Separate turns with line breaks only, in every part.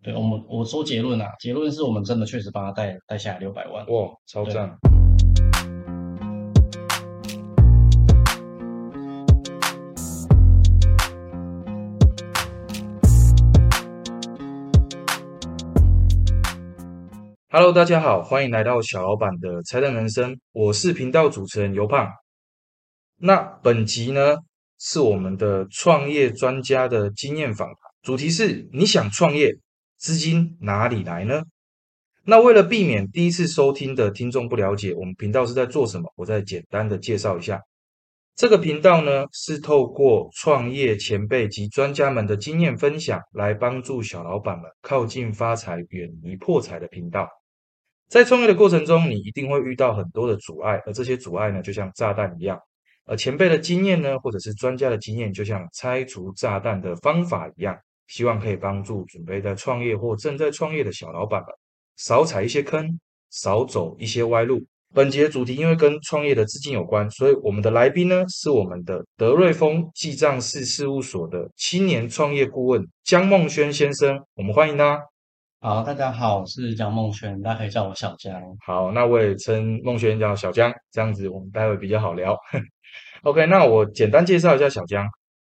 对我们我说结论啊，结论是我们真的确实帮他带带下来六百万。
哇，超赞！Hello，大家好，欢迎来到小老板的拆弹人生，我是频道主持人尤胖。那本集呢是我们的创业专家的经验访谈，主题是你想创业，资金哪里来呢？那为了避免第一次收听的听众不了解我们频道是在做什么，我再简单的介绍一下。这个频道呢是透过创业前辈及专家们的经验分享，来帮助小老板们靠近发财、远离破财的频道。在创业的过程中，你一定会遇到很多的阻碍，而这些阻碍呢，就像炸弹一样。而前辈的经验呢，或者是专家的经验，就像拆除炸弹的方法一样，希望可以帮助准备在创业或正在创业的小老板们少踩一些坑，少走一些歪路。本节主题因为跟创业的资金有关，所以我们的来宾呢是我们的德瑞丰记账室事务所的青年创业顾问江梦轩先生，我们欢迎他。
好，大家好，我是蒋梦轩，大家可以叫我小江。
好，那我也称孟轩叫小江，这样子我们待会比较好聊。OK，那我简单介绍一下小江。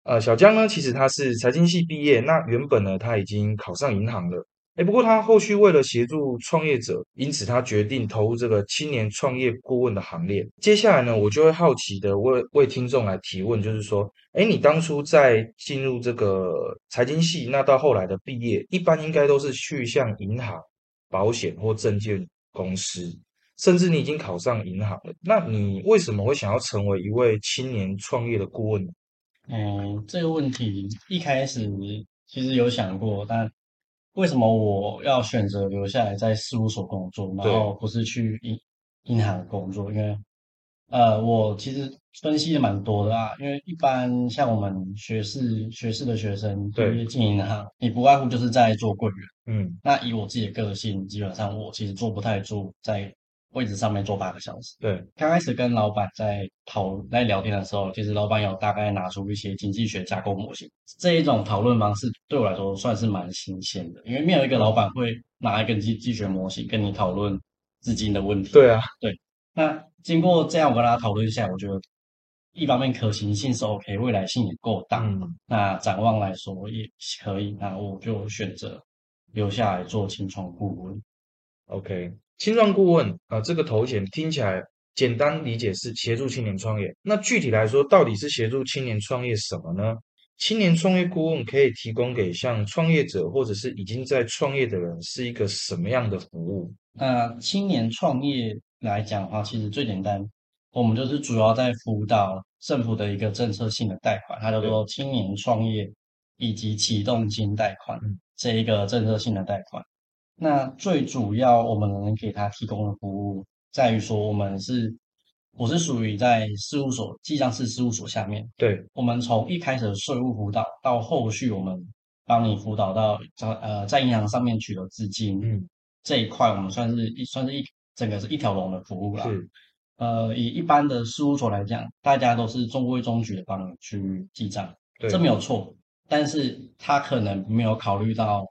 呃，小江呢，其实他是财经系毕业，那原本呢他已经考上银行了，哎，不过他后续为了协助创业者，因此他决定投入这个青年创业顾问的行列。接下来呢，我就会好奇的为为听众来提问，就是说，哎，你当初在进入这个财经系，那到后来的毕业，一般应该都是去向银行、保险或证券公司，甚至你已经考上银行了，那你为什么会想要成为一位青年创业的顾问呢？
嗯，这个问题一开始其实有想过，但为什么我要选择留下来在事务所工作，然
对
后不是去银银行工作？因为呃，我其实分析的蛮多的啊，因为一般像我们学士学士的学生
对
毕业进银行，你不外乎就是在做柜员。
嗯，
那以我自己的个性，基本上我其实坐不太住，在位置上面坐八个小时。
对，
刚开始跟老板在讨在聊天的时候，其实老板有大概拿出一些经济学架构模型这一种讨论方式，对我来说算是蛮新鲜的，因为没有一个老板会拿一个经济学模型跟你讨论资金的问题。
对啊，
那经过这样我跟大家讨论一下，我觉得一方面可行性是 OK，未来性也够大，
嗯，
那展望来说也可以，那我就选择留下来做清创顾问。
OK，青创顾问啊、呃这个头衔听起来简单理解是协助青年创业。那具体来说，到底是协助青年创业什么呢？青年创业顾问可以提供给像创业者或者是已经在创业的人是一个什么样的服务？
那青年创业来讲的话，其实最简单，我们就是主要在辅导政府的一个政策性的贷款，它叫做青年创业以及启动金贷款
嗯
这一个政策性的贷款。那最主要我们能给他提供的服务，在于说我们是，我是属于在事务所记账室事务所下面，
对，
我们从一开始的税务辅导到后续我们帮你辅导到在呃在银行上面取得资金，
嗯，
这一块，我们算是一算是一整个是一条龙的服务啦。
是，
呃，以一般的事务所来讲，大家都是中规中矩的帮你去记账，
对，
这没有错。但是他可能没有考虑到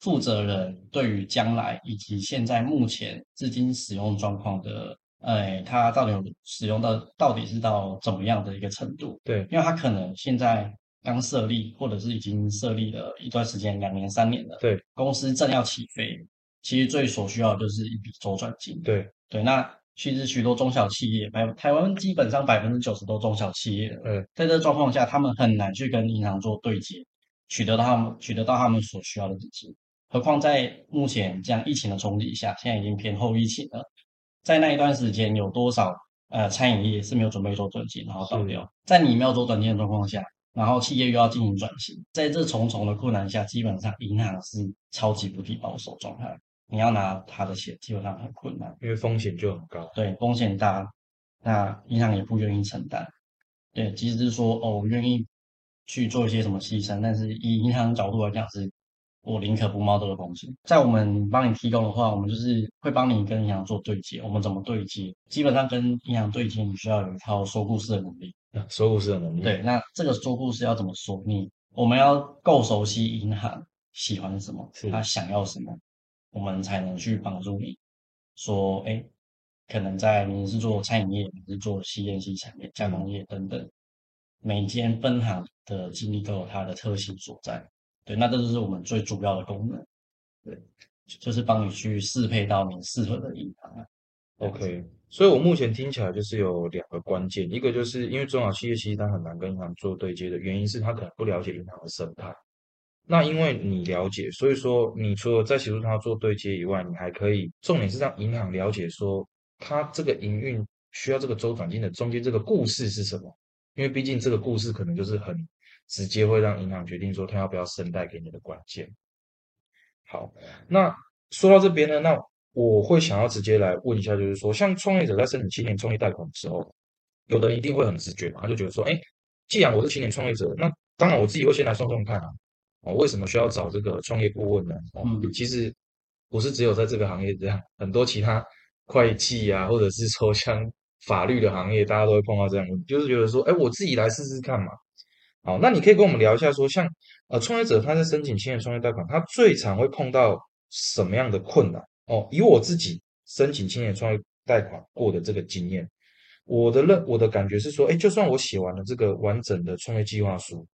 负责人对于将来以及现在目前资金使用状况的，哎，他到底有使用到到底是到怎么样的一个程度？
对，
因为他可能现在刚设立，或者是已经设立了一段时间，两年、三年了，
对，
公司正要起飞，其实最所需要的就是一笔周转金。
对，
对，那其实许多中小企业，百台湾基本上百分之九十都中小企业了，
嗯，
在这个状况下，他们很难去跟银行做对接，取得到他们取得到他们所需要的资金。何况在目前这样疫情的冲击下，现在已经偏后疫情了，在那一段时间，有多少呃餐饮业是没有准备周转金，然后倒
是
掉？在你没有周转金的状况下，然后企业又要进行转型，在这重重的困难下，基本上银行是超级不敌保守状态，你要拿他的钱基本上很困难。
因为风险就很高。
对，风险大，那银行也不愿意承担。对，即使是说哦，我愿意去做一些什么牺牲，但是以银行的角度来讲是，我宁可不冒这个风险。在我们帮你提供的话，我们就是会帮你跟银行做对接。我们怎么对接？基本上跟银行对接，你需要有一套说故事的能力。
那收入是很能力。
对，那这个说故事要怎么说？你我们要够熟悉银行，喜欢什么
是，
他想要什么，我们才能去帮助你。说，哎，可能在你是做餐饮业，你是做吸烟吸产业、加工业等等，每间分行的经历都有它的特性所在。对，那这就是我们最主要的功能。对，就是帮你去适配到你适合的银行啊。
OK，所以我目前听起来就是有两个关键，一个就是因为中小企业其实它很难跟银行做对接的原因是它可能不了解银行的生态。那因为你了解，所以说你除了在协助它做对接以外，你还可以重点是让银行了解说它这个营运需要这个周转金的中间这个故事是什么，因为毕竟这个故事可能就是很直接会让银行决定说它要不要生贷给你的关键。好，那说到这边呢，那我会想要直接来问一下，就是说，像创业者在申请青年创业贷款的时候，有的人一定会很直觉嘛，他就觉得说，哎，既然我是青年创业者，那当然我自己会先来算算看啊，我、哦、为什么需要找这个创业顾问呢？哦，
嗯
其实不是只有在这个行业这样，很多其他会计啊，或者是说像法律的行业，大家都会碰到这样的问题，就是觉得说，哎，我自己来试试看嘛。好，那你可以跟我们聊一下说，像呃，创业者他在申请青年创业贷款，他最常会碰到什么样的困难？哦，以我自己申请青年创业贷款过的这个经验，我的认我的感觉是说，哎，就算我写完了这个完整的创业计划书，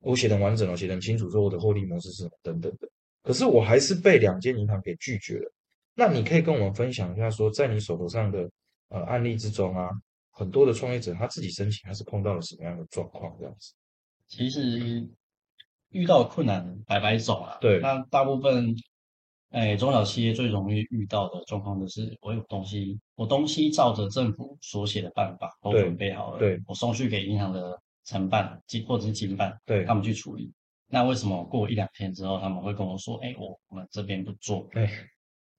我写的完整了，写的很清楚，说我的获利模式是什么等等的，可是我还是被两间银行给拒绝了。那你可以跟我们分享一下说，在你手头上的呃案例之中啊，很多的创业者他自己申请，他是碰到了什么样的状况这样子？
其实遇到困难百百种啊。
对
那大部分，哎，中小企业最容易遇到的状况就是，我有东西，我东西照着政府所写的办法都
对
准备好了，
对
我送去给银行的承办金或者是经办，
对，
他们去处理。那为什么过一两天之后，他们会跟我说，哎，我我们这边不做？
哎，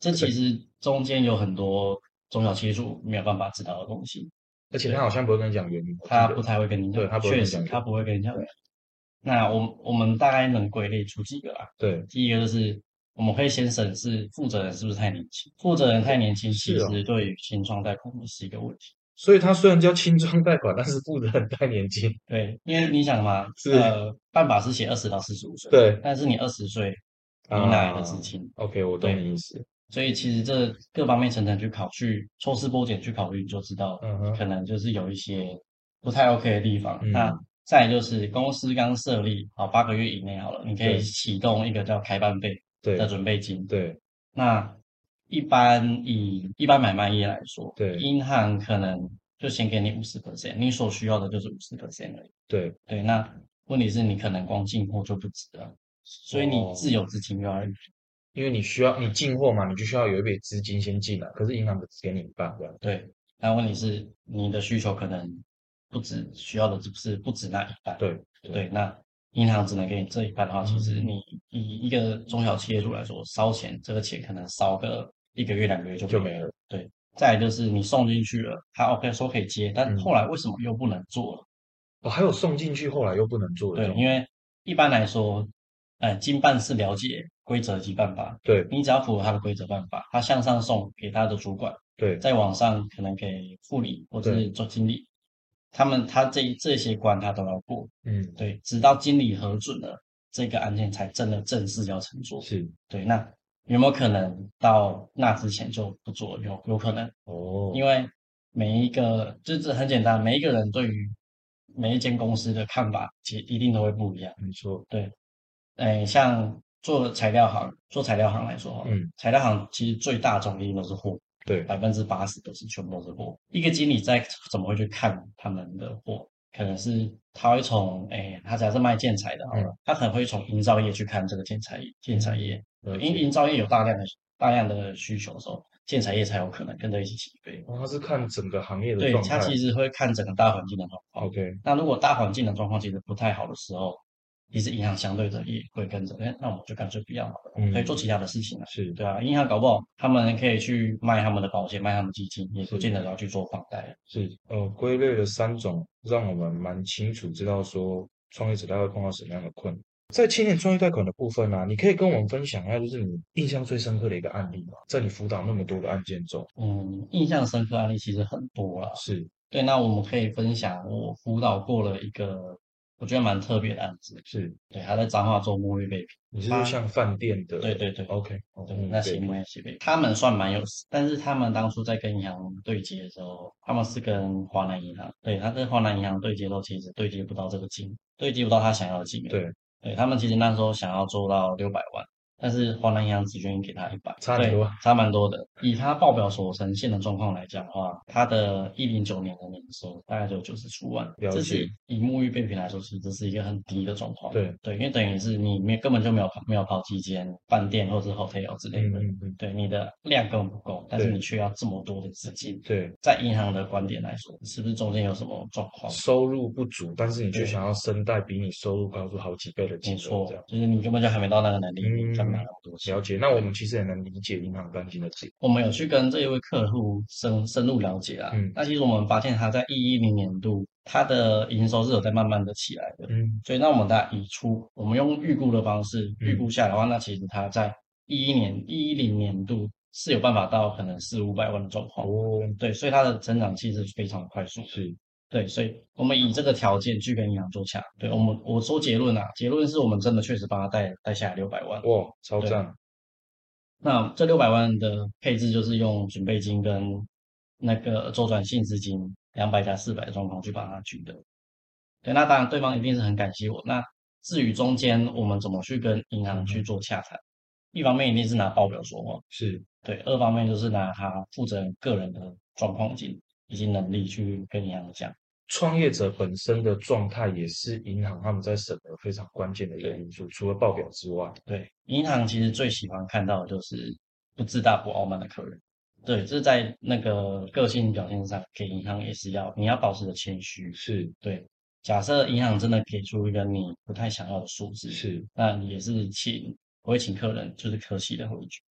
这其实中间有很多中小企业主没有办法知道的东西，
而且他好像不会跟你讲原因，我记
他
得
不太会跟你讲，
对他不会跟
确
你
实
讲
他不会跟你讲
对。
那我们我们大概能归类出几个啦。
对，
第一个就是我们可以先审视负责人是不是太年轻，负责人太年轻其
是哦
实对于新创贷款是一个问题。
所以他虽然叫轻装贷款，但是付的很太年轻，
对，因为你想嘛，
是
呃，办法是写二十到四十五岁，，
对，
但是你二十岁，你
啊
哪来的资金？
OK，我懂
对
你意思，
所以其实这各方面层层去考去抽丝剥茧去考虑，就知道
嗯哼
可能就是有一些不太 OK 的地方。
嗯
那再来就是公司刚设立，好八个月以内好了，你可
对
以启动一个叫开办费
对
的准备金。
对
那一般以一般买卖业来说，
对
银行可能就先给你五十 percent，你所需要的就是五十 percent 而已。
对，
对，那问题是你可能光进货就不止了，所以你
哦
自有资金又要
因为你需要你进货嘛，你就需要有一笔资金先进来，可是银行只给你一半这样，
对，那问题是你的需求可能不止需要的是不是不止那一半？
对
对，那银行只能给你这一半的话，其实
嗯
你以一个中小企业主来说，烧钱这个钱可能烧个一个月两个月就
就
没
没了。
再来就是你送进去了，他 OK 说可以接，但
嗯
后来为什么又不能做了？
哦，还有送进去后来又不能做的这
对，
种，
因为一般来说，呃，经办是了解规则及办法，
对
你只要符合他的规则办法，他向上送给他的主管，
对
在网上可能给副理或者
对
是做经理，他们他这这些关他都要过，
嗯
对，直到经理核准了这个案件才真的正式要承做。
是
对，那有没有可能到那之前就不做？有有可能，
哦，
因为每一个就是很简单，每一个人对于每一间公司的看法，其实一定都会不一样。
没错，
哎，像做材料行，做材料行来说，
嗯，
材料行其实最大宗一定都是货，
对
百分之八十都是全部都是货。一个经理在怎么会去看他们的货？可能是他会从诶、他假设卖建材的好了，
嗯
他可能会从营造业去看这个建材建材业，
了
因为
解
营造业有大量的大量的需求的时候，建材业才有可能跟着一起起飞。
哦，他是看整个行业的
对，
状
他
态
其实会看整个大环境的状况。
，OK，
那如果大环境的状况其实不太好的时候，其实银行相对的也会跟着，哎，那我们就干脆不要好了，我们可以
嗯
做其他的事情啊。
是
对啊，银行搞不好他们可以去卖他们的保险，卖他们基金，也不
是
见得要去做房贷。
是，呃，归类了三种，让我们蛮清楚知道说创业者他会碰到什么样的困难。在青年创业贷款的部分呢、啊，你可以跟我们分享一下，就是你印象最深刻的一个案例吗？在你辅导那么多的案件中，
嗯，印象深刻案例其实很多啦。
是
对，那我们可以分享我辅导过了一个我觉得蛮特别的案子。
是，
对，他在彰化做沐浴备品，
你是说像饭店的？
啊对对对
，OK，
哦对，那些沐浴洗备，他们算蛮有，但是他们当初在跟银行对接的时候，他们是跟华南银行，对，他跟华南银行对接的时候，其实对接不到这个金，对接不到他想要的金额。
对，
对他们其实那时候想要做到六百万。但是华南银行只愿意给他一百，
差很多
对，差蛮多的。以他报表所呈现的状况来讲的话，他的一零九年的年收大概就九十出万，
了解
这是以沐浴备品来说，其实这是一个很低的状况。
对
对，因为等于是你没根本就没有没有跑几间饭店或者是 hotel 之类
嗯
的，
嗯嗯，
对你的量根本不够，但是
对
你却要这么多的资金。
对，
在银行的观点来说，是不是中间有什么状况？
收入不足，但是你
哦
却
对
想要声贷比你收入高出好几倍的金
没
额，
错
这样，
就是你根本就还没到那个能力，
嗯
你干嘛那么多钱？
了解。那我们其实也能理解银行担心的事情。
我们有去跟这一位客户深深入了解啊，
嗯
那其实我们发现他在一一零年度，他的营收是有在慢慢的起来的，
嗯，
所以那我们大概移出，我们用预估的方式
嗯
预估下来的话，那其实他在一一年一一零年度是有办法到可能四五百万的状况，
哦，
对，所以它的增长期是非常快速的，
是，
对，所以我们以这个条件去跟银行做洽，对我们我说结论啊，结论是我们真的确实帮他带带下来六百万，
哇，超
对
赞，
那这六百万的配置就是用准备金跟那个周转性资金两百加四百的状况去把它取得。对，那当然对方一定是很感谢我。那至于中间我们怎么去跟银行去做洽谈，一方面一定是拿报表说话，
是，
对；二方面就是拿他负责人个人的状况及以及能力去跟银行讲。
创业者本身的状态也是银行他们在审核非常关键的一个因素，除了报表之外，
对，银行其实最喜欢看到的就是不自大、不傲慢的客人。对，这在那个个性表现上，给银行也是要你要保持着谦虚。
是
对，假设银行真的给出一个你不太想要的数字，
是，
那你也是请我会请客人就是客气的回绝。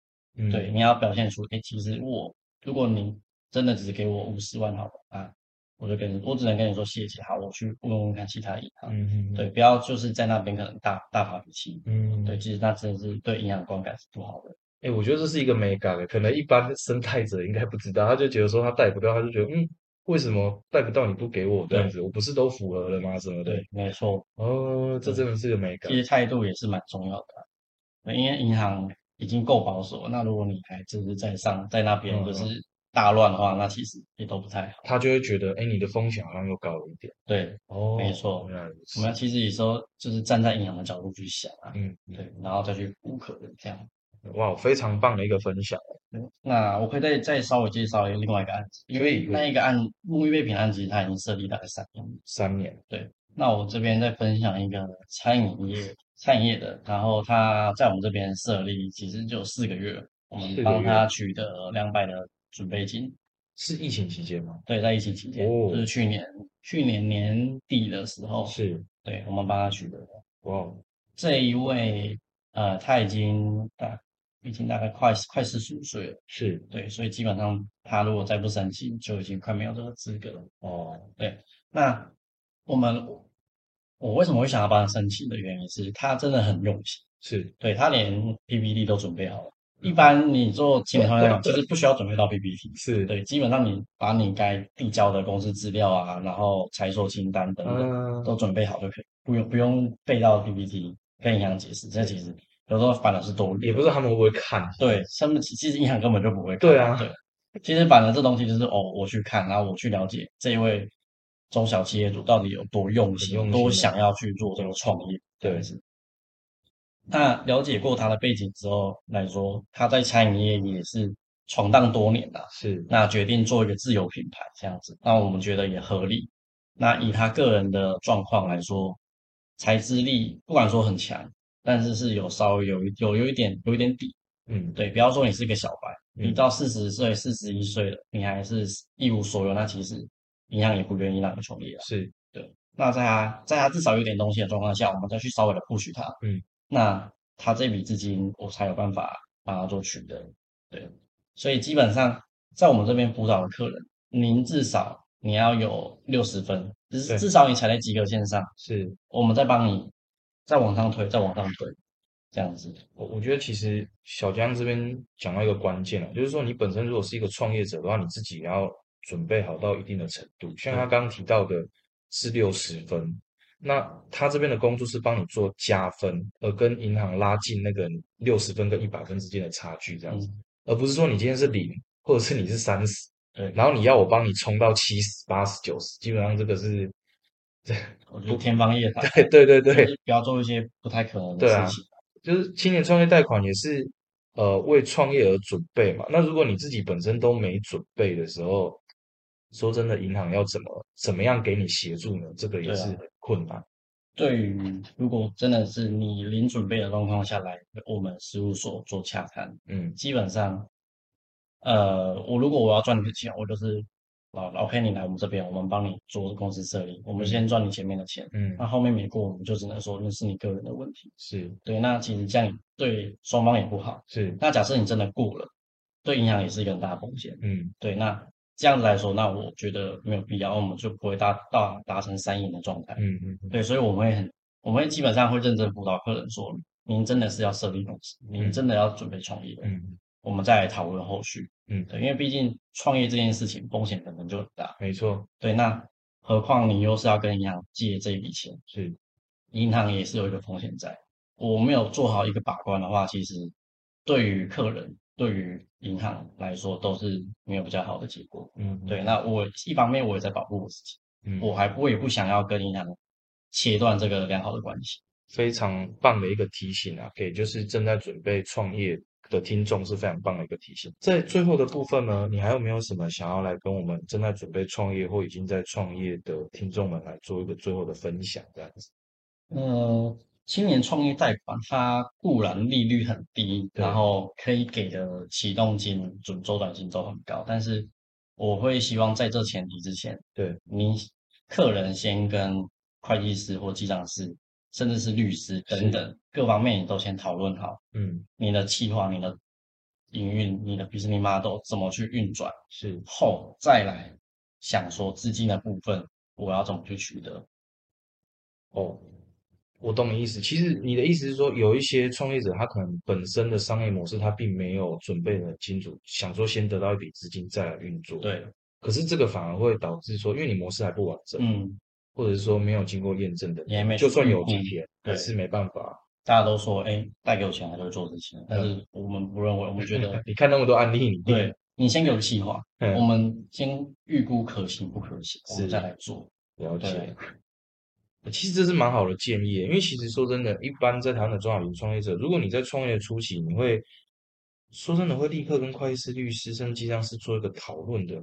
嗯，
对，你要表现出，哎，其实我如果你真的只给我五十万好了啊，我就跟你，我只能跟你说谢谢，好，我去问问看其他银行。
嗯，嗯，
啊对，不要就是在那边可能大大发脾气。
嗯，嗯，
对，其实那真的是对营养观感是不好的。
哎、我觉得这是一个美感欸的，可能一般生态者应该不知道，他就觉得说他贷不到，他就觉得嗯，为什么贷不到你不给我这样
对
子？我不是都符合了吗？什么的。
对，没错，
哦，这
对
真的是个美感
其。实态度也是蛮重要的啦。对因为银行已经够保守，那如果你还只是在上在那边
嗯
就是大乱的话，那其实也都不太好。
他就会觉得，哎、你的风险好像又高了一点。
对，
哦，
没错
原来如
我
此。
们其实有时候就是站在银行的角度去想啊，
嗯，
对，然后再去顾客人这样。
哇，非常棒的一个分享。
对那我可以再再稍微介绍一个另外一个案子，因为
可以
那一个案沐浴备品案其实它已经设立大概三年了。
三年，
那我这边再分享一个餐饮业，餐饮业的，然后他在我们这边设立其实就四个月，我
四
们
个
帮
月
他取得两百的准备金。
是疫情期间吗？
对，在疫情期间，
哦
就是去年去年年底的时候，
是，
对我们帮他取得的。
哇哦，
这一位呃，他已经大已经大概快快四十五岁了，
是，
对，所以基本上他如果再不申请，就已经快没有这个资格了。
哦，
那我们我为什么会想要帮他申请的原因是他真的很用心，
是，
对他连 PPT 都准备好了。一般你做青年创业就是不需要准备到 PPT，
是，
对，基本上你把你该递交的公司资料啊，然后财硕清单等等
嗯，
都准备好就可以，不用不用背到 PPT 跟银行解释，这其实有时候反而是多虑
也不知道他们会不会看。
对，他们其其实银行根本就不会看。
对啊
对，其实反正这东西就是哦，我去看，然后我去了解这一位中小企业主到底有多用心，
很用心
多
啊
想要去做这个创业。
对
这样子。那了解过他的背景之后来说，他在餐饮业也是闯荡多年啦、
是，
那决定做一个自有品牌这样子，那我们觉得也合理。那以他个人的状况来说，财资力不敢说很强，但是是有稍微有一有有一点有一点底，
嗯，
对，不要说你是个小白，你
嗯
到四十岁、四十一岁了，你还是一无所有，那其实银行也不愿意让你创业啊。
是，
那在他在他至少有点东西的状况下，我们再去稍微的 push 他，
嗯，
那他这笔资金我才有办法帮他做取得，对，所以基本上在我们这边辅导的客人，您至少你要有六十分，至
对
至少你踩在及格线上，
是。
我们再帮你再往上推，再往上推，这样子，
我我觉得其实小江这边讲到一个关键了，就是说你本身如果是一个创业者的话，你自己也要准备好到一定的程度。像他刚刚提到的是六十分，那他这边的工作是帮你做加分，而跟银行拉近那个六十分跟一百分之间的差距，这样
嗯
子，而不是说你今天是零，或者是你是三十，
对，
然后你要我帮你冲到七十、八十、九十，基本上这个是，
我觉得天方夜谭，
对对
就
对，
是不要做一些不太可能的
对啊
事情。
就是青年创业贷款也是呃为创业而准备嘛。那如果你自己本身都没准备的时候，说真的，银行要怎么怎么样给你协助呢？这个也
对啊
是很困难。
对于如果真的是你零准备的状况下来，我们事务所做洽谈，
嗯
基本上，呃，我如果我要赚你的钱，我就是老老 K 你来我们这边，我们帮你做公司设立，我们先赚你前面的钱，
嗯，
那后面没过，我们就只能说那是你个人的问题。
是
对，那其实这样对双方也不好。
是，
那假设你真的过了，对银行也是一个很大的风险。
嗯
对，那这样子来说，那我觉得没有必要，我们就不会达到达成三赢的状态。
嗯嗯嗯，
对，所以我们会很，我们会基本上会认真辅导客人说，您真的是要设立公司，您
嗯
真的要准备创业，
嗯，
我们再来讨论后续。
嗯
对，因为毕竟创业这件事情风险可能就很大。
没错，
对，那何况你又是要跟银行借这一笔钱，
是
银行也是有一个风险在。我没有做好一个把关的话，其实对于客人、对于银行来说都是没有比较好的结果。
嗯嗯
对，那我一方面我也在保护我自己，
嗯
我还我也不想要跟银行切断这个良好的关系。
非常棒的一个提醒啊，给就是正在准备创业的听众是非常棒的一个提醒。在最后的部分呢，你还有没有什么想要来跟我们正在准备创业或已经在创业的听众们来做一个最后的分享？这样子，
呃，青年创业贷款它固然利率很低，
对
然后可以给的启动金、准周转金都很高，但是我会希望在这前提之前，
对
你客人先跟会计师或记账师，甚至是律师等等各方面，你都先讨论好
嗯，
你的计划、你的营运、你的 business model 怎么去运转。
是
后再来想说资金的部分，我要怎么去取得？
哦，我懂你意思。其实你的意思是说，有一些创业者他可能本身的商业模式他并没有准备的清楚，想说先得到一笔资金再来运作。，
对，
可是这个反而会导致说，因为你模式还不完整。
嗯，
或者是说没有经过验证的，
也没
就算有
经
经验，
对
也是没办法。
大家都说，哎、带给我钱，他就会做这些，但是
嗯
我们不认为，我们觉得
，你看那么多案例，你
对你先给我计划，
嗯
我们先预估可行不可行，我们
是
再来做。
了
对
解。其实这是蛮好的建议，因为其实说真的，一般在台湾的中小型创业者，如果你在创业初期，你会说真的会立刻跟会计师、律师甚至记账师做一个讨论的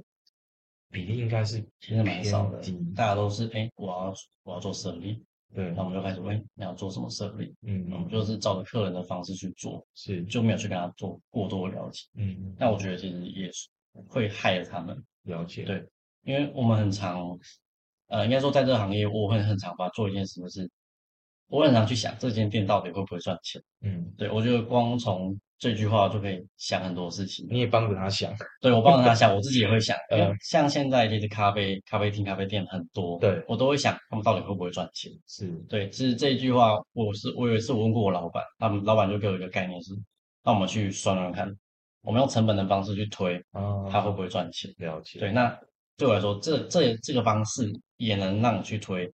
比例，应该是
其实蛮少的
偏低，
大家都是哎、我要我要做设立，
对，
那我们就开始问你要做什么设立，
嗯，
嗯我们就是照着客人的方式去做，
是，
就没有去跟他做过多的了解。
嗯，
那我觉得其实也是会害了他们，
了解，
对因为我们很常，呃，应该说在这个行业，我会很常把做一件事，就是我很常去想这间店到底会不会赚钱。
嗯，
对我觉得光从这句话就可以想很多事情。
你也帮着他想，
对我帮着他想，我自己也会想。因为
嗯
像现在其实咖啡、咖啡厅、咖啡店很多，
对
我都会想他们到底会不会赚钱。
是，
对，其实这一句话，我是我有一次我问过我老板，他们老板就给我一个概念是，那我们去算算看，我们用成本的方式去推，
啊，
它会不会赚钱。
了解，
对，那对我来说，这这这个方式也能让你去推，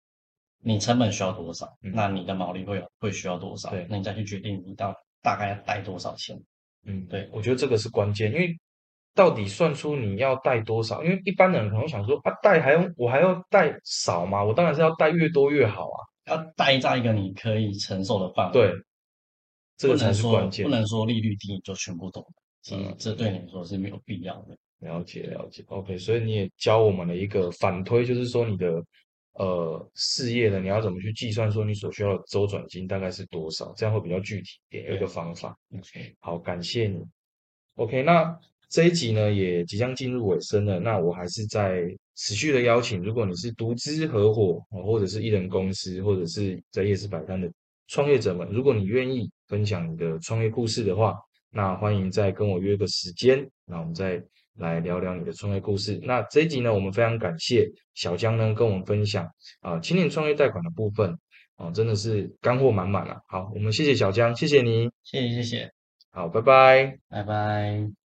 你成本需要多少，
嗯
那你的毛利会有会需要多少
对，
那你再去决定你到大概要带多少钱。
嗯，
对
我觉得这个是关键，因为到底算出你要贷多少？因为一般人可能会想说啊，贷还用我还要贷少吗？我当然是要贷越多越好啊。
要带在一个你可以承受的范围，
对，这
不
个才
能
是
说
关键
不。能说利率低你就全部懂，其实
嗯
这对你来说是没有必要的。
了解了解，OK，所以你也教我们了一个反推，就是说你的呃事业呢，你要怎么去计算说你所需要的周转金大概是多少，这样会比较具体一点，有一个方法。好，感谢你。OK，那这一集呢也即将进入尾声了，那我还是在持续的邀请，如果你是独资合伙，哦或者是一人公司，或者是在夜市摆摊的创业者们，如果你愿意分享你的创业故事的话，那欢迎再跟我约个时间，那我们再来聊聊你的创业故事。那这一集呢，我们非常感谢小江呢跟我们分享啊、青年创业贷款的部分哦、真的是干货满满啊。好，我们谢谢小江，谢谢你，
谢谢谢谢，
好，拜拜。
拜拜。